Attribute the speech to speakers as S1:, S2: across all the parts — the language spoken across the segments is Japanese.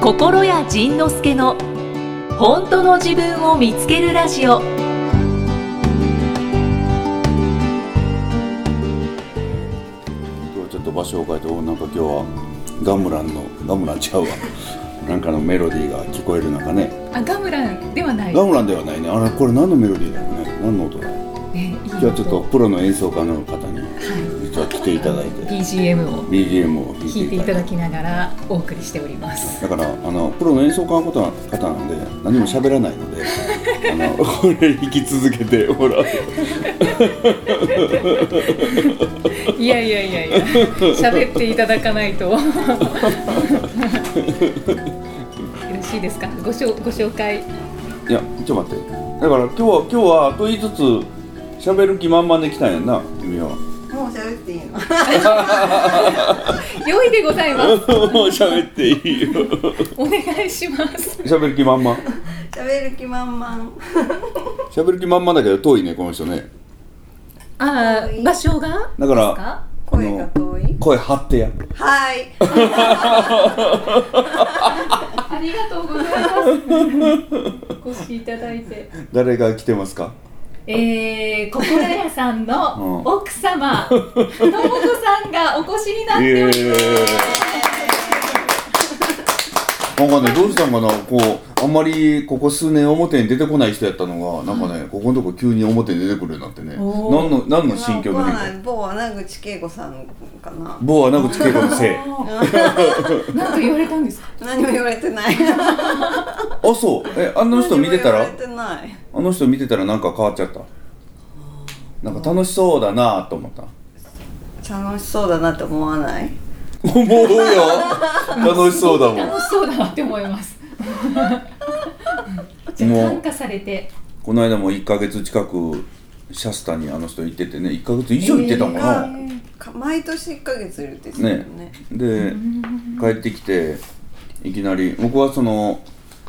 S1: 心谷仁之助の本当の自分を見つけるラジオ
S2: 今日はちょっと場所を変えておなんか今日はガムランのガムランちゃうわなんかのメロディーが聞こえる中ね、
S3: あガムランではない。
S2: ガムランではないねあれこれ何のメロディーだろうね何の音だろう
S3: ね、いい音
S2: 今日はちょっとプロの演奏家の方に
S3: は
S2: 実は来ていただい
S3: い
S2: て
S3: BGM を
S2: BGM を弾
S3: 弾
S2: い
S3: い
S2: て
S3: て
S2: い
S3: い
S2: た
S3: た
S2: だ
S3: だ
S2: いて
S3: きながらお送りしており ます。
S2: だからあのプロの演奏家の方方なんで何も喋らない のであのこれ弾き続けてもらう
S3: いやいやいやい や、喋っていただかない と。よろしいですか。ごしょご紹介。
S2: いやちょっと待ってだから今日は今日はと言いつつ喋る気満々で来たんやんな君は
S4: もう喋っていいの
S3: 良いでございます。
S2: もう 喋っていいよ
S3: お願いします。
S2: 喋る気満々
S4: 喋る気満々
S2: 喋る気満々だけど遠いねこの人ね
S3: あー場所が。
S2: だから
S3: ですか
S2: あ
S4: 声
S2: の
S4: が遠い
S2: 声張ってや
S4: はい
S3: ありがとうござい ます。お越しいただいて。
S2: 誰が来てますか
S3: えー、心屋さんの
S2: うん
S3: 奥様、ともこさんがお越しになっ
S2: え
S3: ております。
S2: なんかねどうしたんかなこうあんまりここ数年表に出てこない人やったのがなんかねここのとこ急に表に出てくるようになってね何
S3: おー
S2: の何の心境の
S4: まあ
S2: 変
S4: わか
S2: 化
S4: んない某穴口恵子さんかな
S2: 某穴口恵子のせい
S3: なんと言われたんですか。
S4: 何も言われてない
S2: あそうえあの人見てたら
S4: 何も言われてない
S2: あの人見てたらなんか変わっちゃったなんか楽しそうだなと思った
S4: 楽しそうだなって思わない
S2: 思う よ楽しそうだもん
S3: 楽しそうだなって思います。じゃあ
S2: もう
S3: 感化されて、
S2: この間も1か月近くシャスタにあの人行っててね1か月以上行ってたもんな、
S4: か毎年1ヶ月いるって言ってたよね
S2: ねで帰ってきていきなり僕はその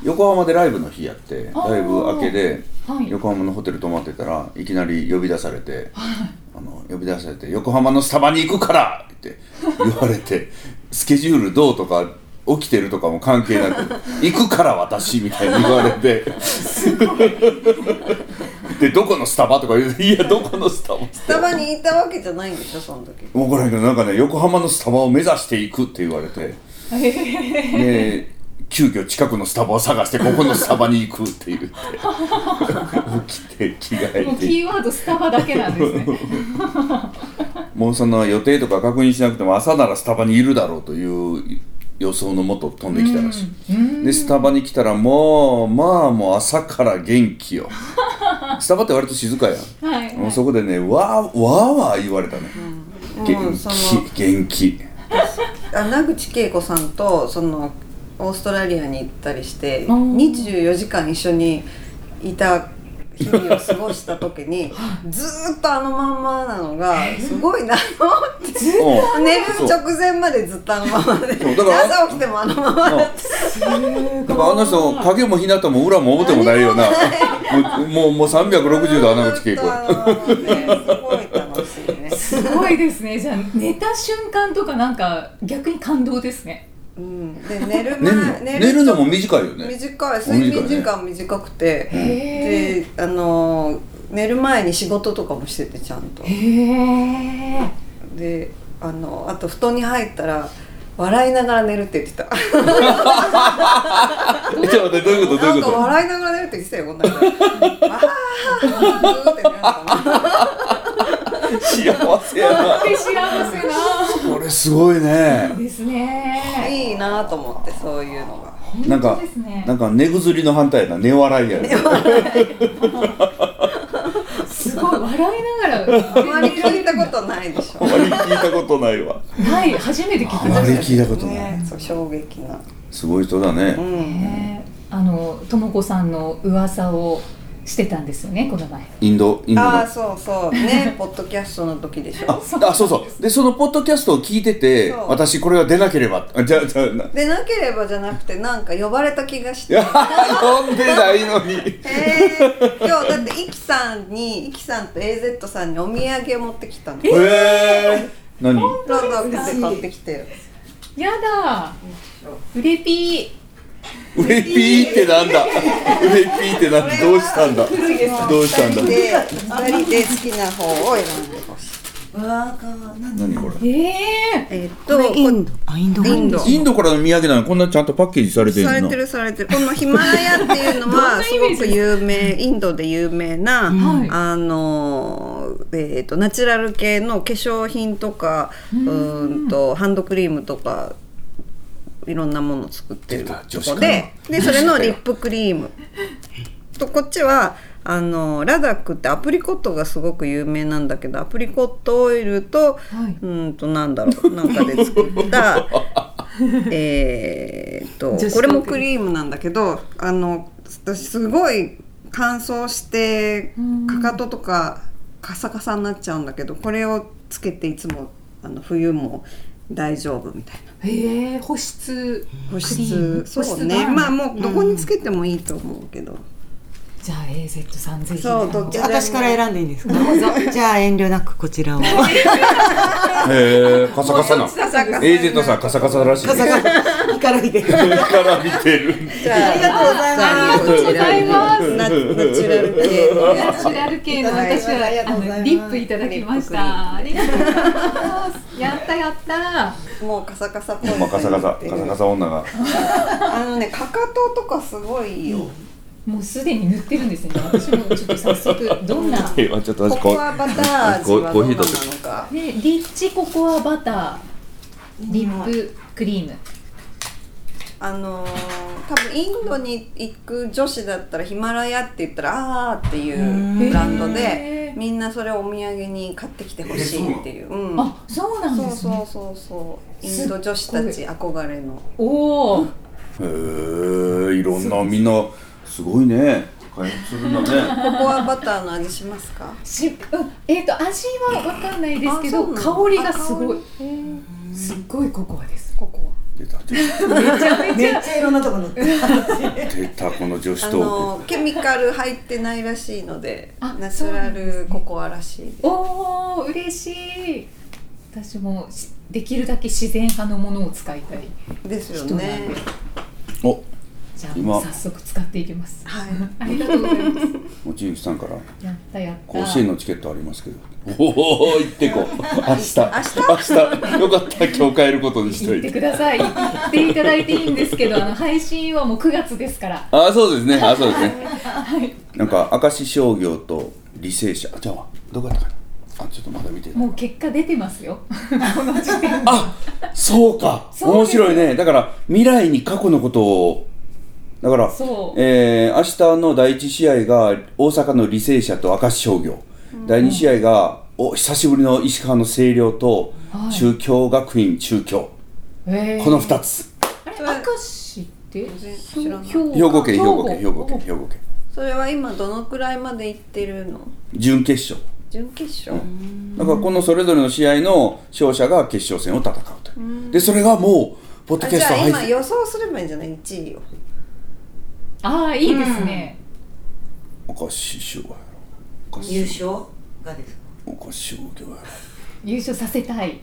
S2: 横浜でライブの日やって
S3: あー
S2: ライブ明けで
S3: はい
S2: 横浜のホテル泊まってたらいきなり呼び出されて「あの呼び出されて横浜のスタバに行くから!」って言われ てスケジュールどうとか起きてるとかも関係なく「行くから私」みたいに言われて で「どこのスタバ?」とか言うて「いやどこのスタバ?」
S4: スタバにいたわけじゃないんでしょその時
S2: 分からへんけどなんかね横浜のスタバを目指していくって言われてで急遽近くのスタバを探してここのスタバに行くって言って起きて着替
S3: も
S2: え
S3: う
S2: て
S3: キーワードスタバだけなんですね。
S2: もうその予定とか確認しなくても朝ならスタバにいるだろうという予想のもと飛んできたらしいでスタバに来たらもうまあもう朝から元気よスタバって割と静かやん
S3: はい、
S2: もうそこでねわーわーわー言われたね、
S4: も
S2: 元
S4: うその
S2: 気元気
S4: 穴口恵子さんとそのオーストラリアに行ったりして
S3: おー
S4: 24時間一緒にいた日々を過ごした時にずーっとあのまんまなのがすごいなと思って
S2: うん
S4: 寝る直前までずっとあのままで
S2: そうだから
S4: 朝起きてもあのままだっ
S2: だからあの人影も日向も裏も表もないよなもうもうもう360度穴口恵子
S4: ずっとあのままですごい楽しいね
S3: すごいですね。じゃあ寝た瞬間とかなんか逆に感動ですね。
S4: うんで寝る
S2: 寝るの
S4: 前
S2: 寝るのも短いよね
S4: 短い睡眠時間短くて、であの寝る前に仕事とかもしててちゃんと
S3: へえ。
S4: であのあと布団に入ったら笑いながら寝るって言ってた
S2: えちょっと待ってどういうことどう
S4: ないん
S2: う
S4: か
S2: こ
S4: 笑いながら寝るって言ってたよこんなのあーってな
S2: と幸せやな
S3: で幸せな。
S2: これすごいね
S3: です
S4: んか
S3: ね。
S4: いいなと思ってそういうのが
S2: なん
S3: 本
S2: か
S3: 当ですね。
S2: なんか寝ぐずりの反対やな寝笑い やな
S3: すごい笑いながら。
S4: あまり聞いたことないでし
S2: あ
S4: ょ
S2: まり聞いたことないわ
S3: はい、初めて聞き
S2: あ
S3: ま
S2: ま
S3: し
S2: り
S3: た。
S2: 聞いたことない
S4: ねそう衝撃な
S2: すごい人だ
S4: う
S2: ね
S4: ん
S3: ねあの、ともこさんの噂をしてたんですよね、この前。
S2: インドインドの
S4: ああそうそうねポッドキャストの時でし
S2: あ
S4: ょ
S2: あそうそうでそのポッドキャストを聞いてて
S4: そう
S2: 私これは出なければあじゃあじゃあな
S4: でなければじゃなくてなんか呼ばれた気がし
S2: い
S4: て
S2: や呼んでないのに
S4: えー、今日だってイキさんにイキさんと AZ さんにお土産を持ってきたの
S2: へえ何
S4: ロンドンで買ってきて
S3: やだ。売れピー。
S2: ウレピーってなんだウレピーってなんだどうしたんだどうしたんだ
S4: で二人で好きな方を選んでほしい。
S2: 何これ
S3: ええ
S4: えっと
S5: インドあインド
S4: インド
S2: インドからの土産なのこんなちゃんとパッケージされてるの
S4: されてるされてるこのヒマラヤっていうのはすごく有名インドで有名な、
S3: はい
S4: あのえー、とナチュラル系の化粧品とかうーんとハンドクリームとかいろんなものを作ってる
S2: 出た
S4: と
S2: 女
S4: こ
S2: 子
S4: で
S2: か
S4: でそれのリップクリームとこっちはあのラダックってアプリコットがすごく有名なんだけどアプリコットオイルと、
S3: いう
S4: ーんとなんだろうなんかで作 ったえーっと
S3: 女子高生
S4: これもクリームなんだけどあの私すごい乾燥してかかととかカサカサになっちゃうんだけどこれをつけていつもあの冬も大丈夫みたいな
S3: ええ保湿
S4: 保
S3: クリー
S4: 湿
S3: ム
S4: そう
S3: 保湿
S4: ね
S3: がる
S4: まあもうどこにつけてもいいと思うけど、
S3: じゃあ AZ さんぜひ
S4: そうどっち
S5: じゃあ私から選んでいいんですかじゃあ遠慮なくこち らを
S2: へえカサカサな
S4: カサカサ
S2: AZ さんカサカサらしいね
S5: 行かないで
S2: から見てる
S4: じゃありがとうございます
S2: ありがとうござい
S3: ます
S4: ナナチュラル系の
S3: ナチュラル系の私
S5: ありが
S3: は
S5: と
S3: あ
S5: うございます
S3: のリップいただきました。ありがとうございます。やったやった。
S4: もうカサカサっぽい
S2: まあカサカサカサカサ女が
S4: あのね、かかととかすごいよ。
S3: もうすでに塗ってるんですね。私もちょっと早速どんなね
S2: えちょっと
S4: コ
S2: 私こ
S4: コアバター味はどうなのか。
S3: リッチココアバターリップクリーム。
S4: あのー、多分インドに行く女子だったらヒマラヤって言ったらあーっていうブランド
S3: へ
S4: で
S3: ー
S4: みんなそれをお土産に買ってきてほしいっていう。うん。
S3: あ、そうなん
S4: そ
S3: で
S4: う
S3: す
S4: そう
S3: ね。
S4: そうそう。インド女子たち憧れの。
S3: おお。
S2: へえいろんなみんなすごいね開発するんだね
S4: ココアバターの味しますか。
S3: し、うんえっ、と味はわかんないですけ
S4: あ
S3: ど
S4: そうなの
S3: 香りがすごい
S4: あ。香りへー
S3: すっごいココアです。
S4: ココア。
S2: 出た
S5: めっちゃいろんなところ
S2: 出たこの女子
S4: あ
S2: トー
S4: のーケミカル入ってないらしいので
S3: あ
S4: ナチュラルココアらしいです。
S3: おお嬉しい。私もしできるだけ自然派のものを使いたい。
S4: ですよ
S3: 人な
S4: ね
S3: ん。
S2: クお
S3: じゃあ
S2: 今
S3: もう早速使っていきます。
S4: はい。
S3: ありがとうございます。
S2: 望月さんから
S3: やったやった。
S2: 甲子園のチケットありますけどおお行ってこう 明日明日よかった今日帰ることにしと
S3: 行っ
S2: い
S3: て
S2: て
S3: ください。行っていただいていいんですけど、あの配信はもう9月ですから。
S2: ああそうですねあそうですねなんか明石商業と履正社あじゃあどこやったかなあちょっとまだ見てない
S3: もう結果出てます よ。この時点で。
S2: あそうか
S3: そう
S2: 面
S3: ですよ
S2: 白いねだから未来に過去のことをだから
S3: そう
S2: えー明日の第1試合が大阪の履正社と明石商業、第2試合がお久しぶりの石川の星稜と
S3: はい
S2: 中京学院中京、
S3: えー
S2: この2つ
S3: あれ明石って
S4: 知らない
S2: 兵庫県兵庫県兵庫県兵庫県
S4: それは今どのくらいまで行ってるの
S2: 準決勝
S4: 準決勝、
S2: だからこのそれぞれの試合の勝者が決勝戦を戦うというでそれがもうポッド
S4: あ
S2: キャ
S4: じ
S2: ス
S4: ゃ
S2: ト
S4: あ
S2: 配
S4: 今
S2: 信
S4: 予想すればいいんじゃない1位を
S3: ああいいですね。
S2: 明石商業やろ明石
S5: 優勝がですか
S2: 明石商業やろ
S3: 優勝させたい。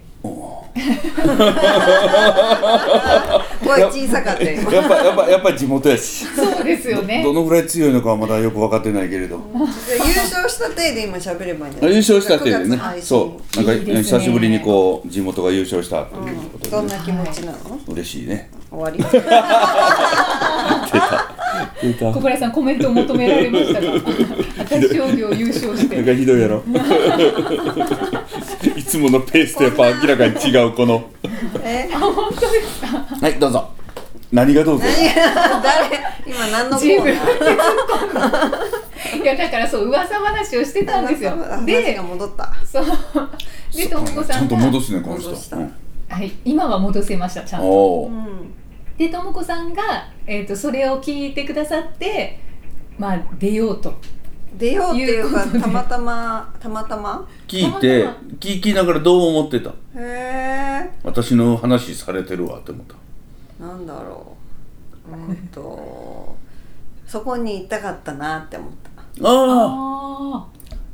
S4: 声小さかったよ今
S2: やっぱやっぱ やっぱり地元やし
S3: そうですよね
S2: ど。のぐらい強いのかはまだよく分かってないけれど
S4: 優勝した体で今喋ればいいんじゃない
S2: 優勝したっていう
S4: 9月
S2: ね
S4: 配信
S2: そうなんか
S3: いいですね
S2: 久しぶりにこう地元が優勝したと
S4: う
S2: いうこ
S4: ん、
S2: と
S4: ど
S2: で
S4: ん
S2: ね
S4: な気持ちなの、
S2: 嬉しいね
S4: 終わり
S2: 出た
S3: 小倉さんコメントを求められまし たが、明石商業優勝し
S2: なん
S3: て。
S2: かひどいやろいつものペースとやっぱ明らかに違うこの
S4: え
S2: はいどうぞ何がどうぞ
S4: 誰今何のコ
S3: 自
S4: ー
S3: 分で
S4: ナ
S3: 突
S4: ー
S3: っ込む いやだからそう噂話をしてたんですよ
S4: あ話
S3: で
S4: が戻った
S3: そうでともこ
S2: ち
S3: さ
S2: ゃ
S3: ん
S2: んと
S3: が
S2: 戻すねこの人
S4: 戻した
S2: うん
S3: はい今は戻せましたちゃんと
S2: お
S4: う
S2: ー
S4: ん
S3: でともこさんが、えー、とそれを聞いてくださってまあ出ようと
S4: 出ようっていうか
S3: いうことで
S4: たまたまたまたま
S2: 聞いて聞きながらどう思ってた
S4: へえ
S2: 私の話されてるわって思った
S4: なんだろううんとそこに行きたかったなって思っ
S2: あ
S4: た
S2: あ
S3: あ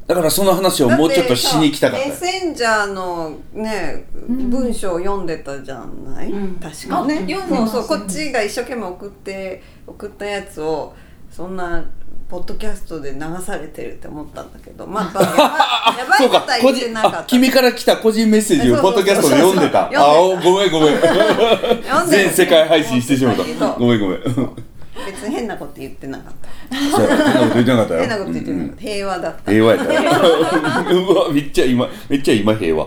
S2: だからその話をもうちょっとしに来たかっ
S4: だ
S2: た
S4: てさメッセンジャーのね、文章を読んでたじゃない、
S5: うん
S4: 確かね
S3: あ読んで
S4: そ
S3: ま
S4: う
S3: す
S4: そうこっちが一生懸命送って送ったやつをそんなポッドキャストで流されてるって思ったんだけどまあま あやばい
S2: そ
S4: や
S2: うか
S4: ばいことは
S2: 個
S4: 言って
S2: 人
S4: なかった
S2: あ君から来た個人メッセージを
S4: そう
S2: ポ
S4: そう
S2: ッドキャス
S4: そう
S2: トで読んでたあ
S4: 読
S2: おごめんごめん
S4: 読んで
S2: 全世界配信してしまった
S4: そう
S2: ごめんごめん
S4: 別に変なこと言ってなかった
S2: そうや変なこと言ってなかったよ
S4: 変なこと言ってなかった平和だった
S2: 平和やったようわめっちゃ今めっちゃ今平 和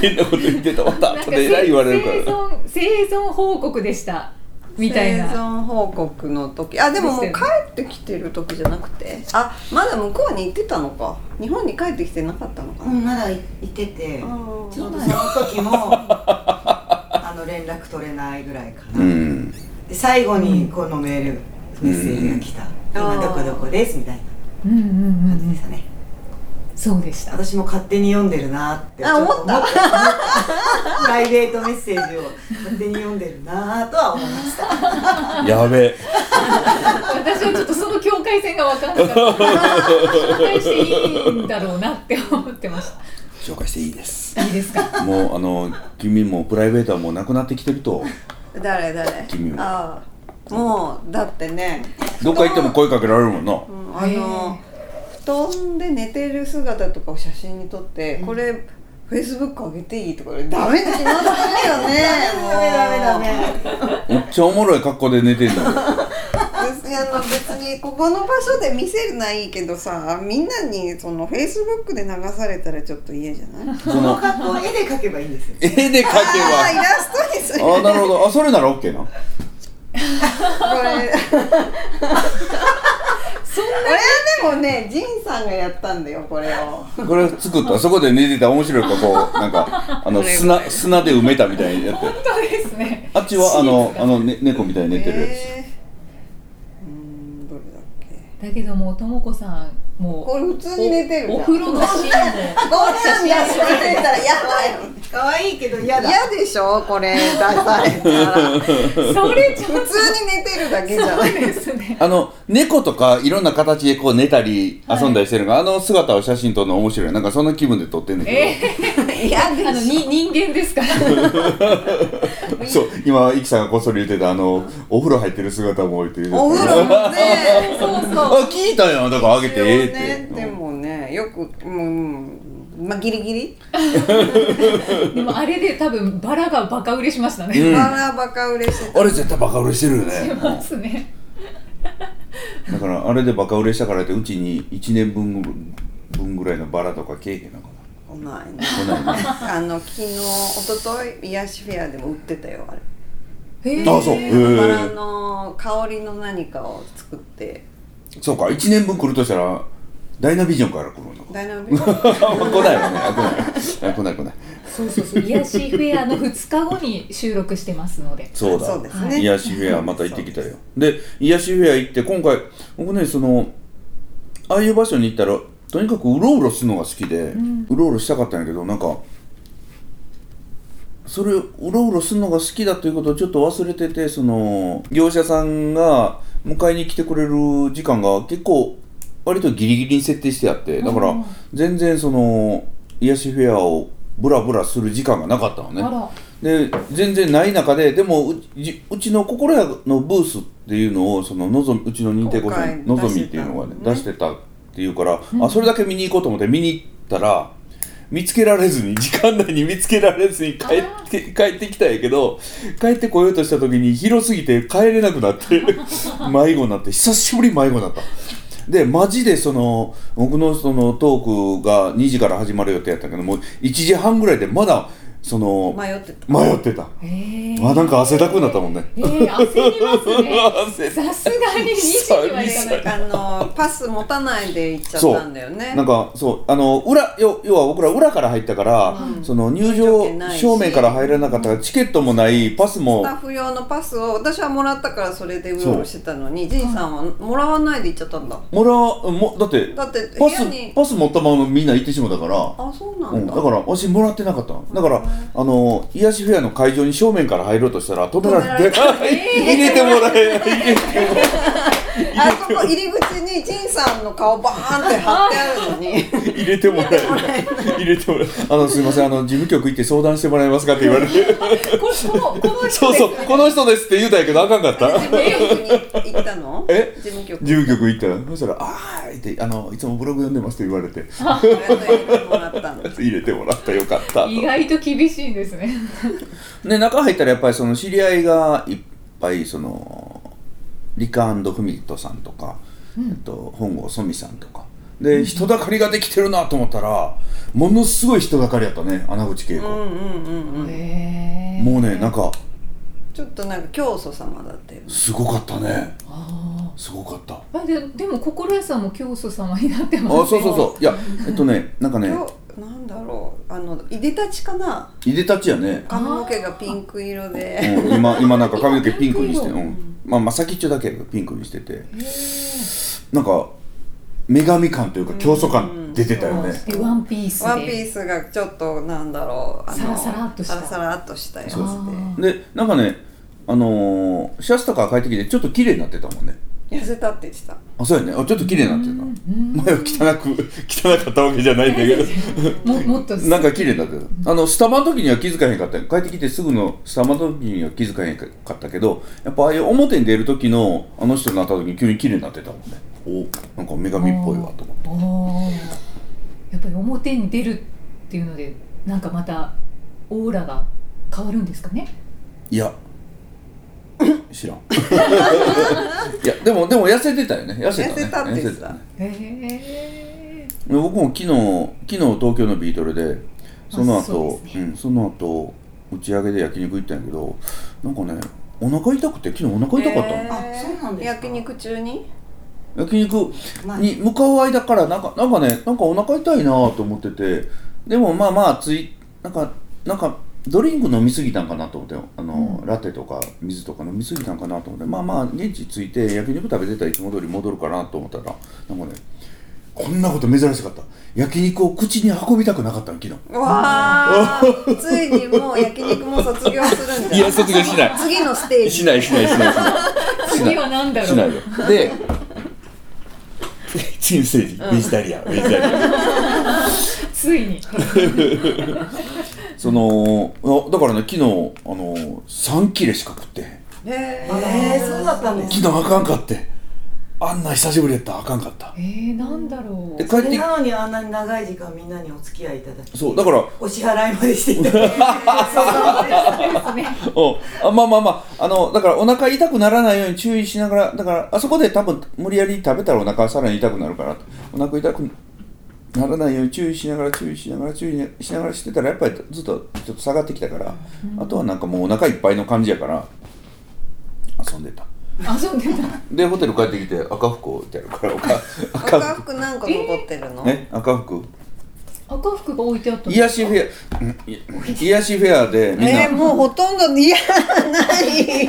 S2: 変なこと言ってたまた後でえらい言われるから
S3: 生存生存報告でしたみたい
S4: 生
S3: な
S4: 存報告の時あでももう帰
S3: です
S4: ってきてる時じゃなくてあまだ向こうに行ってたのか日本に帰ってきてなかったのか
S5: う
S4: な、
S5: ん、まだいいてて、ち
S4: あ
S5: ょ
S4: ー
S5: うどその時 も、あの連絡取れないぐらいかな。
S2: うん
S5: で最後にこのメール、メッセージが来た。
S4: ん
S5: 今どこどこですみたいな
S3: うんうんうんう
S5: 感じで
S3: ん
S5: したね。
S3: そうでした
S5: 私も勝手に読んでるなって。
S4: あ
S5: ちょと
S4: 思った
S5: 思ったプライベートメッセージを勝手に読んでるなとは思いま した。
S2: やべえ
S3: 私はちょっとその境界線が分からなか った紹介していいんだろうなって思ってまし
S2: 紹介していいです
S3: たいいですか
S2: もうあの君もプライベートはもうなくなってきてると
S4: 誰誰
S2: 君は
S4: ああもうだってね
S2: どっか行っても声かけられるもんな
S4: うんあの布団で寝てる姿とかを写真に撮って、これフェイスブック上げていいとか言われてダメだ気の毒だよね
S5: ダメダメダメ。
S2: めっちゃおもろい格好で寝てんの
S4: 別にあの別にここの場所で見せるのはいいけどさみんなにそのフェイスブックで流されたらちょっと嫌じゃ ない
S2: そ
S5: この
S2: の
S5: 格好を絵で描けばいいんですよ。
S2: 絵で描けば
S4: あーイラストに する
S2: ああなるほどあそれなら OK な
S4: これ これ
S3: そんな
S4: はでもねジンさんがやったんだよこれを
S2: これ作ったそこで寝てた面白い格好なんかあの砂砂で埋めたみたいにやって
S3: 本当ですね
S2: あっちはあのあの、ね、猫みたいに寝てるやつ、
S4: えーうーんどれだっけ
S3: だけどもうともこさんもう
S4: これ普通に寝てるじゃん
S3: おお風呂のシーンも
S4: ゴーちゃんがそれ出たらやだよ
S5: 可愛いけど嫌だ。
S4: 嫌でしょこれ出された ら普通
S3: それちょっと
S4: に寝てるだけじゃ
S3: そ
S4: な
S3: う
S4: い
S3: ですね
S2: あの猫とかいろんな形でこう寝たり遊んだりしてるのが、あの姿を写真撮るの面白いなんかそんな気分で撮ってんだけど、
S3: え
S4: 嫌
S3: ー、あのに人間ですから
S2: そう今イキさんがこっそり言ってたあのお風呂入ってる姿も置いてる
S4: お風呂もね
S3: そうそう
S2: あ聞いたよだからあげてええって、
S4: ねでもねよくうんまあギリギリ
S3: でもあれで多分バラがバカ売れしましたね。
S2: うん
S4: バラバカ嬉しい
S2: あれ絶対バカ売れしてるよね
S3: しますね。
S2: だからあれでバカ売れしたからってうちに1年分分ぐらいのバラとかケーキなんか
S4: 来ないね
S2: な来ないね
S4: あの昨日一昨日癒しフェアでも売ってたよあれ
S3: へ
S2: あそうへえ
S4: バラの香りの何かを作って
S2: そうか1年分来るとしたらダイナビジョンから来るのか
S4: ダイナミッ ク
S2: 来ないよねあ来ないあ来ない来ない
S3: そうそうそう。癒しフェアの2日後に収録してますので。
S2: そうだ
S4: そうですね
S2: 癒しフェアまた行ってきたよで癒しフェア行って今回僕ねそのああいう場所に行ったらとにかくうろうろするのが好きで、うろうろしたかったんやけどなんかそれをうろうろするのが好きだということをちょっと忘れててその業者さんが迎えに来てくれる時間が結構割とギリギリに設定してあってだから全然その癒しフェアをブラブラする時間がなかったのね
S3: あら。
S2: で全然ない中ででもうじうちの心屋のブースっていうのをそののぞみうちの認定講師
S4: 今回
S2: ののぞみっていうのがね出
S4: 出
S2: してたっていうから、あそれだけ見に行こうと思って見に行ったら見つけられずに時間内に見つけられずに帰って帰ってきたんやけど帰ってこようとした時に広すぎて帰れなくなって 迷子になって久しぶりに迷子になった。でマジでその僕のそのトークが2時から始まる予定やったけどもう1時半ぐらいでまだその
S4: 迷ってた
S2: 迷ってた、
S3: えー、
S2: あなんか汗だくになったもんね
S3: えー、焦りますね。
S2: 汗
S3: さすがに2時には行かない
S4: あのパス持たないで行っちゃったんだよね
S2: なんかそうあの裏要要は僕ら裏から入ったから、その入
S4: 入場
S2: 場
S4: 券ないし
S2: 正面から入らなかったからチケットもないパス
S4: ス
S2: も
S4: タッフ用のパスを私はもらったからそれでうろうろしてたのにジンさんはもらわないで行っちゃったんだ
S2: もらうもだって
S4: だって部
S2: パス
S4: 屋に
S2: パス持ったままみんな行ってしまったから
S4: あそうな
S2: うんん、
S4: だ
S2: だから私もらってなかったのだからあの癒しフェアの会場に正面から入ろうとしたら止められて入れてもらえない
S4: あそこ入り口に陳さんの顔バーンって貼ってある のに
S2: 入れてもらえない入れてもらえないあのすいませんあの事務局行って相談してもらえますかって言われて
S3: ここのこの人
S2: そうそうこの人ですって言うたんやけどあかんかった
S4: 事務局に行ったの
S2: え
S4: 事務局
S2: 事務局行ったらそしたら「あーい」ってあの「いつもブログ読んでます」って言われて
S4: 入れてもらったの
S2: 入れてもらったよかったと
S3: 意外と厳しいんですね。
S2: で中入ったらやっぱりその知り合いがいっぱいそのリカフミットさんとか、えっと、本郷ソミさんとかで人だかりができてるなと思ったらものすごい人だかりやったね穴口恵子、
S4: うんうんうんうん
S3: へー
S2: もうねなんか
S4: ちょっとなんか教祖様だったよね
S2: すごかったね
S3: あ
S2: すごかったあ
S3: ーあででも心屋さんも教祖様になってます
S2: そ
S3: ね。
S2: うそうそういやえっとねなんかね
S4: 今日なんだろうあのいでたちかない
S2: でたちやね、
S4: 髪の毛がピンク色で
S2: うん、今今なんか髪の毛ピンクに してうんまあまあ先っちょだけどピンクにしてて
S3: へー
S2: なんか女神感というか競争感出てたよね、
S3: でワンピースで。
S4: ワンピースがちょっとなんだろうあの
S3: サラサラっとした
S4: サラサラっとしたやつで
S2: そう
S3: あ
S2: でなんかねあのーシャツとか帰ってきてちょっと綺麗になってたもんね
S4: 痩せたって言ってた
S2: あそうやねあちょっと綺麗になってた
S3: うん
S2: 前は汚く 汚かったわけじゃないんだけど
S3: ももっと
S2: なんか綺麗になってたあのスタバの時には気づかへんかったよ帰ってきてすぐのスタバの時には気づかへんかったけどやっぱああいう表に出る時のあの人になった時に急に綺麗になってたもんねおなんか女神っぽいわと思って
S3: あーやっぱり表に出るっていうのでなんかまたオーラが変わるんですかね。
S2: いや知らんいやでもでも痩せてたよね痩せたね
S4: 痩せたって言ってた
S2: ね
S3: へえ。
S2: で僕も昨日昨日東京のビートルでその
S3: あそ
S2: 後
S3: う
S2: う
S3: ですね
S2: ん、その後打ち上げで焼肉行ったんやけどなんかねお腹痛くて昨日お腹痛かったの、
S5: あそうなんですか
S4: 焼肉中に
S2: 焼肉
S5: まあ
S2: に向かう間からなんかなんかねなんかお腹痛いなと思っててでもまあまあついなんかなんかドリンク飲みすぎたんかなと思ってあの、ラテとか水とか飲みすぎたんかなと思ってまあまあ現地着いて焼肉食べてたらいつも通り戻るかなと思ったらなんかねこんなこと珍しかった焼肉を口に運びたくなかったの昨日
S4: うわあついにもう焼肉も卒業するんじゃない
S2: 卒業しない
S4: 次のステージ
S2: しないしないしないしない
S3: 次は何だ
S2: し
S3: ろ
S2: な
S3: う。
S2: いよでチームステージベジタリアンベジタリアン
S3: ついに。
S2: そのあだからね昨日あの3切れしか食ってへん
S4: へ
S5: えー、そうだったんです
S2: 昨日あかんかってあんな久しぶりやったあかんかった
S3: えー、なんだろ
S2: で
S3: う。
S2: 帰
S5: そ
S2: って
S5: れなのにあんなに長い時間みんなにお付き合いいただき
S2: そうだからう
S5: お支払いまでしてい ただき
S3: ですね。
S2: んあまあまあまああのだからお腹痛くならないように注意しながらだからあそこで多分無理やり食べたらお腹さらに痛くなるからお腹痛くならないように注意しながら注意しながら注意しながらしてたらやっぱりずっとちょっと下がってきたから、あとはなんかもうお腹いっぱいの感じやから遊んでた
S3: 遊んでた。
S2: でホテル帰ってきて赤服を置いてあるからおか赤
S4: 赤
S2: 服
S4: 服何個残ってるの、
S2: ね、赤服
S3: 赤服が置いてあったの。
S2: 癒しフェアうんい癒しフェアでみん
S4: えー、
S2: な
S4: もうほとんどいやない
S3: えー、ちょ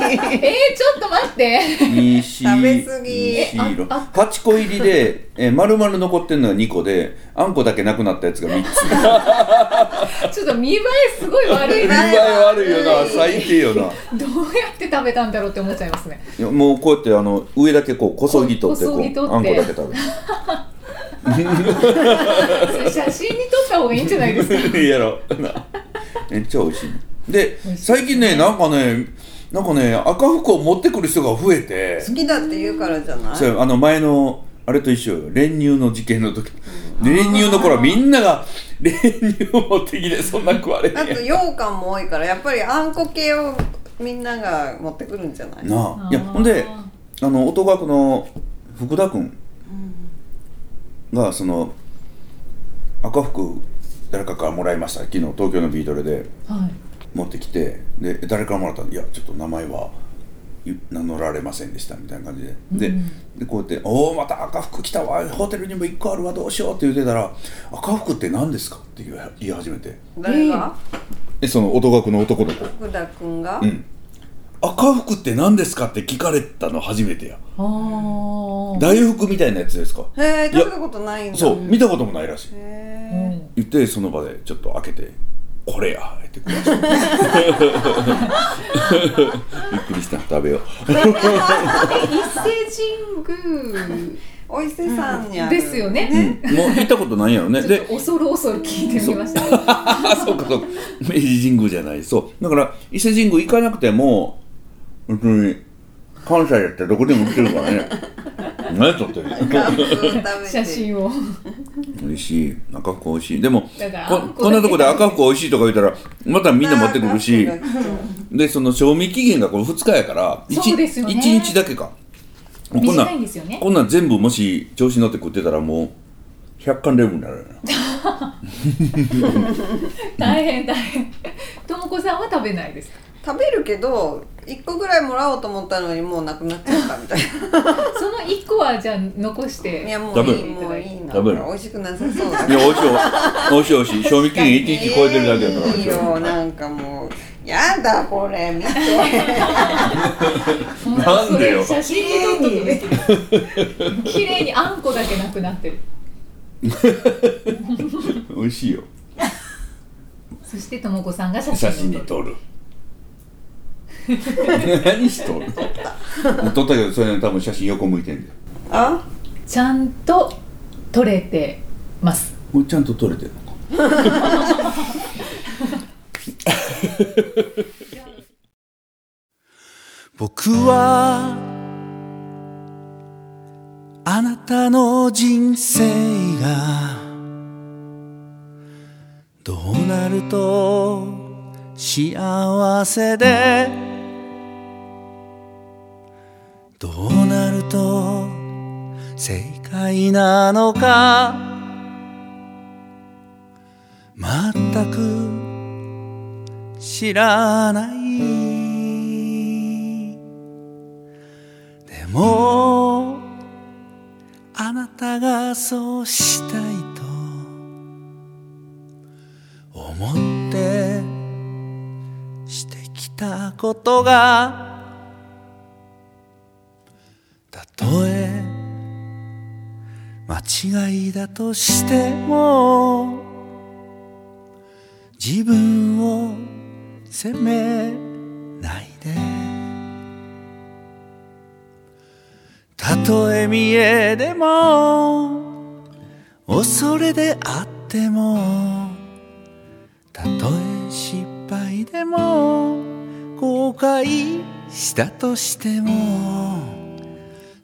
S3: っと待って。
S2: 2シ
S4: 食べ過ぎ
S3: えああ
S2: 8個入りで、えー、丸々残ってるのが2個であんこだけなくなったやつが3つ
S3: ちょっと見栄えすごい悪
S2: 見栄
S3: い
S2: え
S3: な。
S2: 悪いよな最低よな
S3: どうやって食べたんだろうって思っちゃいますね。
S2: いやもうこうやってあの上だけこうこそぎ取ってこ
S3: こそぎ取っ
S2: う
S3: て
S2: あんこだけ食
S3: それ写真に撮った方がいいんじゃ ないですか。
S2: べるやろなめっちゃ美味しいで
S3: 美味しい
S2: 最近ねなんかねなんかね赤服を持ってくる人が増えて
S4: 好きだって言うからじゃない
S2: そうあの前のあれと一緒よ練乳の事件の時練乳の頃はみんなが練乳を持ってきてそんな食われへん
S4: あ
S2: やん
S4: と羊羹も多いからやっぱりあんこ系をみんなが持ってくるんじゃない
S2: なあいや
S3: あー
S2: ほんであの音楽の福田君がその赤服誰かからもらいました昨日東京のビートルで
S3: はい。
S2: 持ってきてで誰からもらったのいやちょっと名前はい名乗られませんでしたみたいな感じで、ででこうやって「おおまた赤服来たわホテルにも1個あるわどうしよう」って言ってたら「赤服って何ですか?」って言い言い始めて
S4: 誰が
S2: でその音楽の男の子
S4: 福田くんが、
S2: うん赤服って何ですか?」って聞かれたの初めてや
S3: ああ。
S2: 大福みたいなやつですか
S4: へえ食べたことないんだ
S2: そう見たこともないらしい
S4: へ
S3: う
S4: え
S3: ん
S2: 言ってその場でちょっと開けてこれやって食わした びっくりした食べよう
S3: 伊勢神宮
S4: お伊勢さんにある
S3: ですよね。
S2: うんもう行ったことないやろね
S3: ちょっ
S2: で
S3: と恐る恐る聞いてみました。
S2: あ そうかそうか明治神宮じゃないそうだから伊勢神宮行かなくても本当に関西だったらどこでも売ってるからね 何撮ってる
S3: 写真を。
S2: 美味しい赤福美味しいでも
S3: だから
S2: こ
S3: あんこだけ
S2: こんなとこで赤福美味しいとか言ったらまたみんな持ってくるしでその賞味期限がこれ2日やから
S3: そうですよね
S2: 1, 日だけかもうこんな
S3: 短いんですよね
S2: こんなん全部もし調子に乗って食ってたらもう100巻レベルになるよな
S3: 大変大変。ともこさんは食べないですか。
S4: 食べるけど一個ぐらいもらおうと思ったのにもうなくなっちゃったみたい
S3: その一個はじゃあ残
S4: ない
S3: して。
S4: やもうい
S2: 食
S4: い
S2: べ
S3: る
S4: もういいな
S2: 食べる
S4: 美味しくなさそうだ
S2: いや、美味しいよ、美味しい、美味しい、賞味期限一日超えてるだけやから。
S4: いいよなんかもうやだこれ見 て
S3: もう
S2: なんでよ
S3: それ写真に撮っとくべきです。綺麗にあんこだけなくなってる。
S2: 美味しいよ。
S3: そしてともこさんが写
S2: 写
S3: 真
S2: 真
S3: を
S2: に
S3: 撮る。
S2: 撮る。 何しとる。撮ったけど、それ、多分写真横向いてんだよ。
S4: あ
S3: ちゃんと撮れてます。
S2: もうちゃんと撮れてるのか。
S6: 僕はあなたの人生がどうなると幸せでどうなると正解なのか全く知らないでもあなたがそうしたいと思ってしてきたことがたとえ間違いだとしても自分を責めないでたとえ見えでも恐れであってもたとえ失敗でも後悔したとしても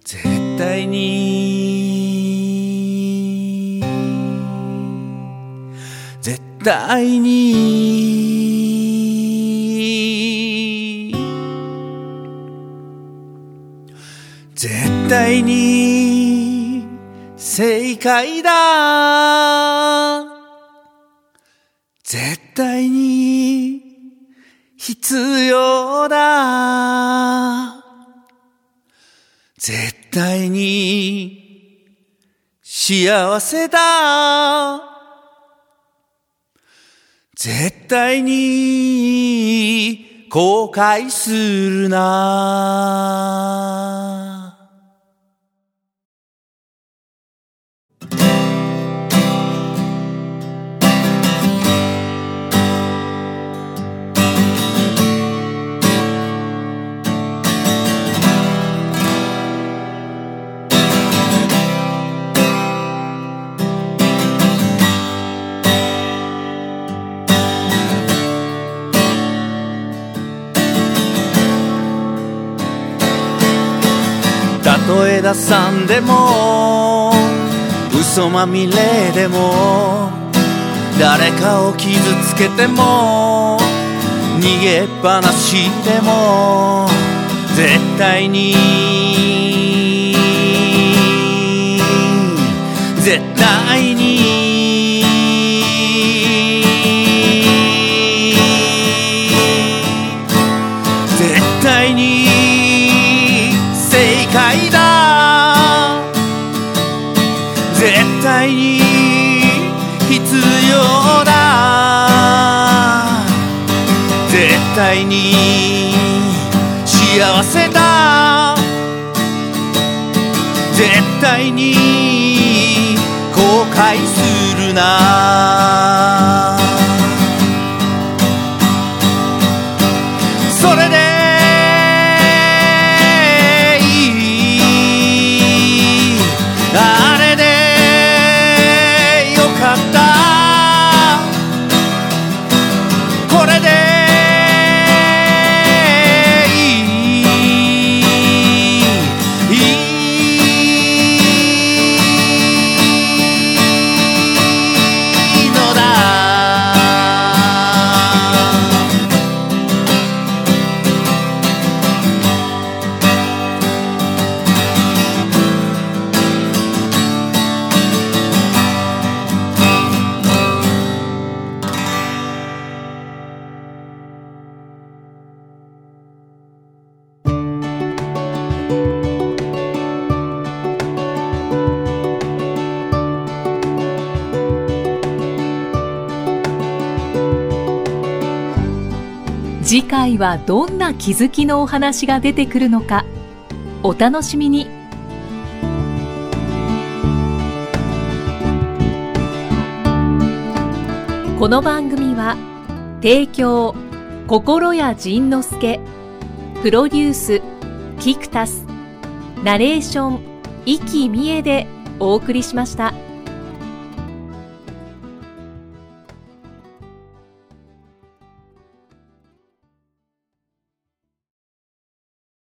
S6: 絶対に絶対に絶対に正解だ絶対に必要だ絶対に幸せだ絶対に後悔するなたとえ出さんでも嘘まみれでも誰かを傷つけても逃げっぱなしでも絶対に絶対に絶対に正解だ絶対に必要だ絶対に幸せだ絶対に後悔するな
S1: 次回はどんな気づきのお話が出てくるのかお楽しみにこの番組は提供心谷仁之助プロデュースキクタスナレーション生きみえでお送りしました。